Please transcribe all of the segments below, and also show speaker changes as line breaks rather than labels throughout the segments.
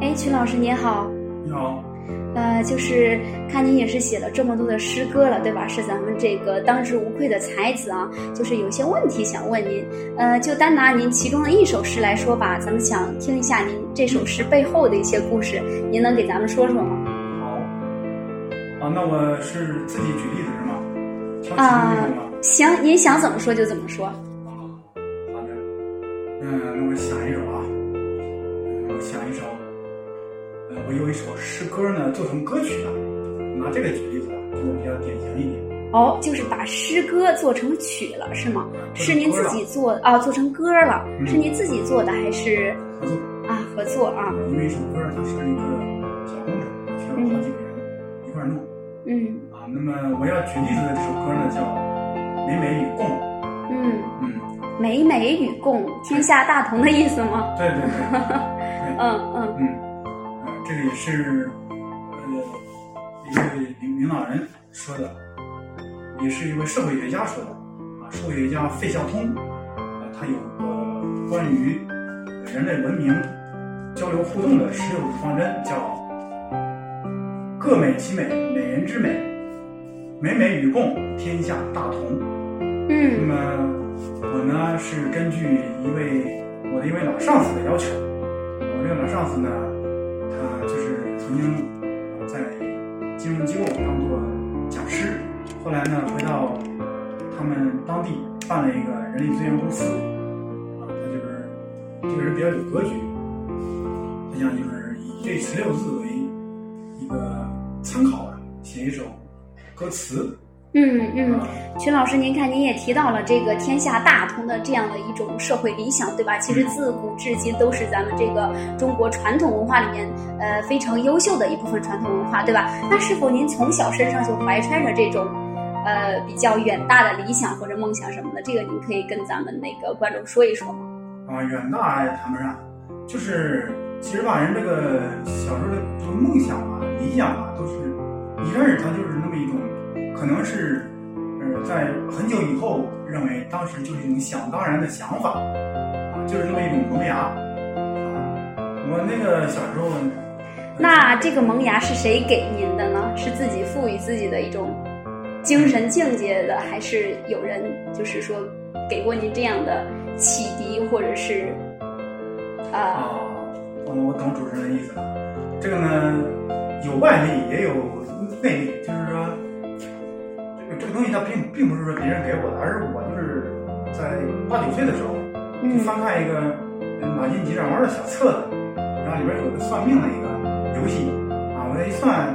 哎，曲老师您好，
你好，
呃，就是看您也是写了这么多的诗歌了，对吧？是咱们这个当之无愧的才子啊。就是有些问题想问您，呃，就单拿您其中的一首诗来说吧，咱们想听一下您这首诗背后的一些故事，您能给咱们说说吗？
好，啊，那我是自己举例子是吗？挑题
啊
目那种吗？
行，您想怎么说就怎么说。
啊，好的，嗯，那我想一首啊，嗯，我想一首，呃，我有一首诗歌呢，做成歌曲了，拿这个举例子吧，就是比较典型一点。
哦，就是把诗歌做成曲了，是吗？
啊
是您自己
做
做啊，做成歌了，
嗯
是您自己做的还是
成歌了合作，
啊合作啊？
因为一首歌它是一个小工程，需要好几个人一块儿弄
嗯
啊。那么我要举例子的这首歌呢，叫《美美与共》，
嗯。
嗯。
美美与共，天下大同的意思吗？
对对对， 对，
嗯嗯
嗯，呃，这个也是呃一位领领导人说的，也是一位社会学家说的啊，社会学家费孝通，啊，他有个关于人类文明交流互动的十六处方针，叫各美其美，美人之美，美美与共，天下大同。那
嗯
么呃我呢是根据一位我的一位老上司的要求，我这个老上司呢，他就是曾经呃在金融机构当做讲师，后来呢回到他们当地办了一个人力资源公司，啊，他就是这个人比较有格局，他想就是以这十六字为一个参考吧，写一首歌词。
嗯嗯，
啊
曲老师，您看您也提到了这个天下大同的这样的一种社会理想，对吧？其实自古至今都是咱们这个中国传统文化里面呃非常优秀的一部分传统文化，对吧？那是否您从小身上就怀揣着这种呃比较远大的理想或者梦想什么的？这个您可以跟咱们那个观众说一说吗？
啊，远大也谈不上，就是其实吧，人这个小时候的这个梦想啊、理想啊，都是一开始他就是那么一种，可能是呃，在很久以后认为当时就是一种想当然的想法啊，就是那么一种萌芽啊。我那个小时候，呃
那这个萌芽是谁给您的呢？是自己赋予自己的一种精神境界的，还是有人就是说给过您这样的启迪，或者是
啊
呃，
我我懂主持人的意思了。这个呢，有外力也有内力，就是说，这个这个东西它并并不是说别人给我的，而是我就是在八九岁的时候，就
嗯
翻看一个呃马金急转弯的小册子，然后里边有个算命的一个游戏啊，我这一算，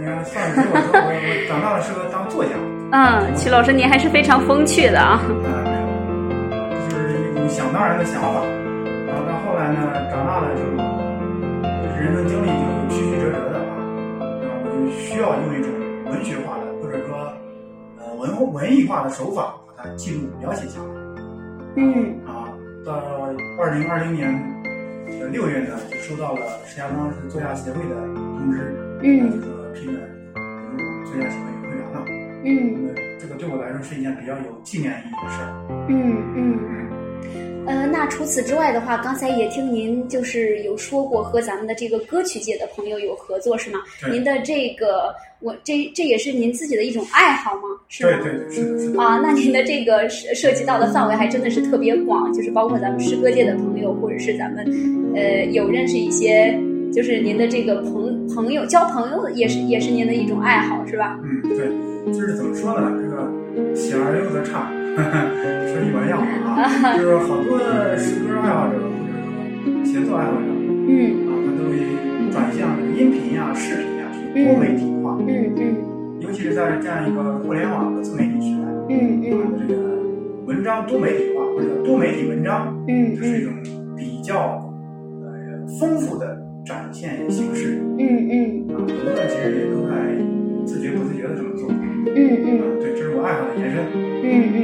哎呀，算了之后，我说我我长大了适合当作家。
嗯，曲老师您还是非常风趣的啊，
呃，就是一种想当然的想法。然后到后来呢，长大了就就是人生经历就曲曲折折的啊，然后我就需要用一种文学化的或者说呃文化文艺化的手法把它记录描写下来
嗯
啊。到二零二零年呃六月呢，就收到了石家庄市作家协会的通知，
嗯
就是说批准入作家协会会员了。
嗯
那这个对我来说是一件比较有纪念意义的事儿。
嗯嗯，呃，那除此之外的话，刚才也听您就是有说过和咱们的这个歌曲界的朋友有合作是吗？
对
您的这个我这这也是您自己的一种爱好吗？是吗？
对对对，是的，是的。
啊，那您的这个涉涉及到的范围还真的是特别广，就是包括咱们诗歌界的朋友，或者是咱们呃有认识一些，就是您的这个朋朋友交朋友也是也是您的一种爱好，是吧？
嗯，对，就是怎么说呢？这个喜而又得差， 说句玩笑话 啊，就是好多诗歌爱好者或者说写作爱好者
嗯
啊，他都会转向这个音频呀、视频呀去多媒体化，
嗯嗯
尤其是在这样一个互联网和自媒体时代，啊，
嗯嗯
这个文章多媒体化或者多媒体文章，
嗯
这是
嗯
一种比较呃丰富的展现形式
嗯嗯
啊，很多人其实也都在自觉不自觉的这么做。
嗯嗯。
嗯，对，这是我爱好的延伸。
嗯，嗯，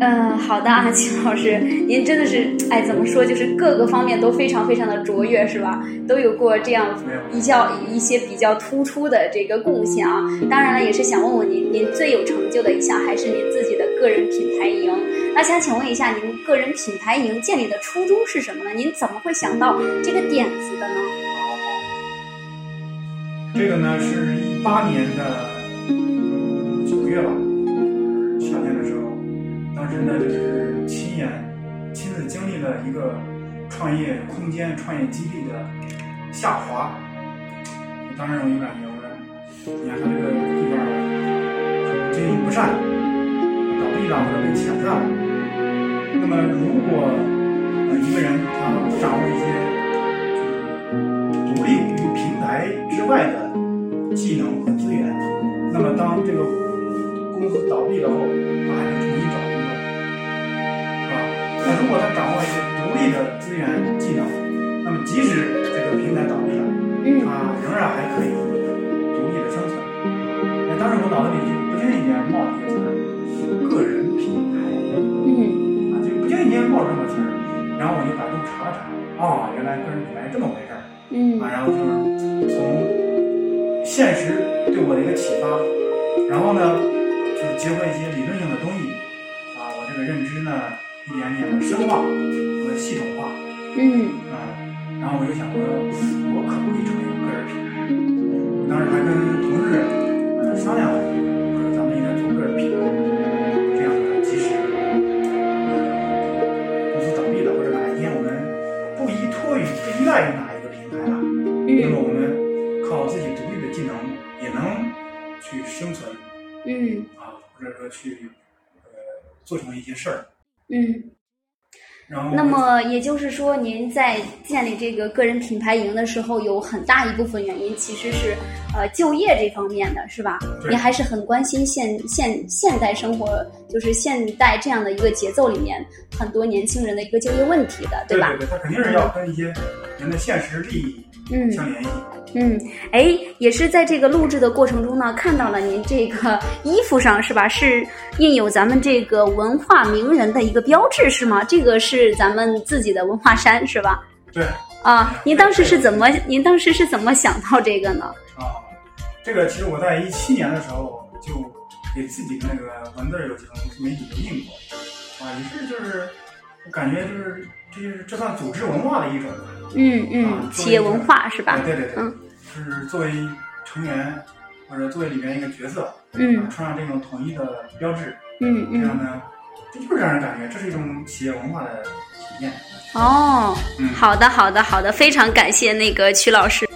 呃，好的啊， 秦老师，您真的是，哎，怎么说，就是各个方面都非常非常的卓越，是吧？都有过这样
没有
比较一些比较突出的这个贡献啊。当然了，也是想问问您，您最有成就的一项还是您自己的个人品牌营。那想请问一下，您个人品牌营建立的初衷是什么呢？您怎么会想到这个点子的呢？
哦，这个呢是一八年的九月吧，夏天的时候，当时呢就是亲眼亲自经历了一个创业空间、创业基地的下滑。当时我就感觉，我说，你看他这个地方经营不善，倒闭了或者被遣散了。那么如果呃一个人他不掌握一些就是独立于平台之外的技能和资源，那么当这个公司倒闭了后，他还能重新找工作，是吧？那如果他掌握一些独立的资源技能，那么即使这个平台倒闭了，
嗯
他仍然还可以独立的生存。那当时我脑子里就不经意间冒了一个词儿，个人品牌。
嗯
啊，就不经意间冒出这个词儿，然后我就百度查了查，哦，原来个人品牌这么回事儿
嗯
啊，然后就是从现实对我的一个启发，然后呢，就是结合一些理论性的东西，啊，我这个认知呢一点点的深化和系统化
嗯
啊，然后我就想说，我可不可以成立一个个人品牌？我当时还跟同事呃商量了，我说咱们应该做个人品牌，这样呢，即使呃公司倒闭了，或者哪一天我们不依托于不依赖于哪一个平台了，那么
嗯
我们靠自己独立的技能也能去生存
嗯
啊，或者说去呃做成一些事儿。
嗯。
然后
那么也就是说，您在建立这个个人品牌营的时候，有很大一部分原因其实是呃就业这方面的是吧？
对
您还是很关心现现现代生活，就是现代这样的一个节奏里面，很多年轻人的一个就业问题的，
对
吧？
对对，它肯定是要跟一些人的现实利益
嗯
相联系。
嗯，哎，也是在这个录制的过程中呢，看到了您这个衣服上是吧，是印有咱们这个文化名人的一个标志是吗？这个是咱们自己的文化衫是吧？
对。
啊，您当时是怎么？您当时是怎么想到这个呢？
啊，这个其实我在一七年的时候就给自己的那个文字友情媒体就印过，啊，也是就是我感觉就是这就是这算组织文化的一种吧，
嗯嗯，企业文化是吧
哎？对对对，
嗯
就是作为成员或者作为里面一个角色，啊
嗯
穿上这种统一的标志，
嗯
这样
嗯，
呢，这就是让人感觉这是一种企业文化的体验。
哦，
嗯，
好的好的好的，非常感谢那个曲老师。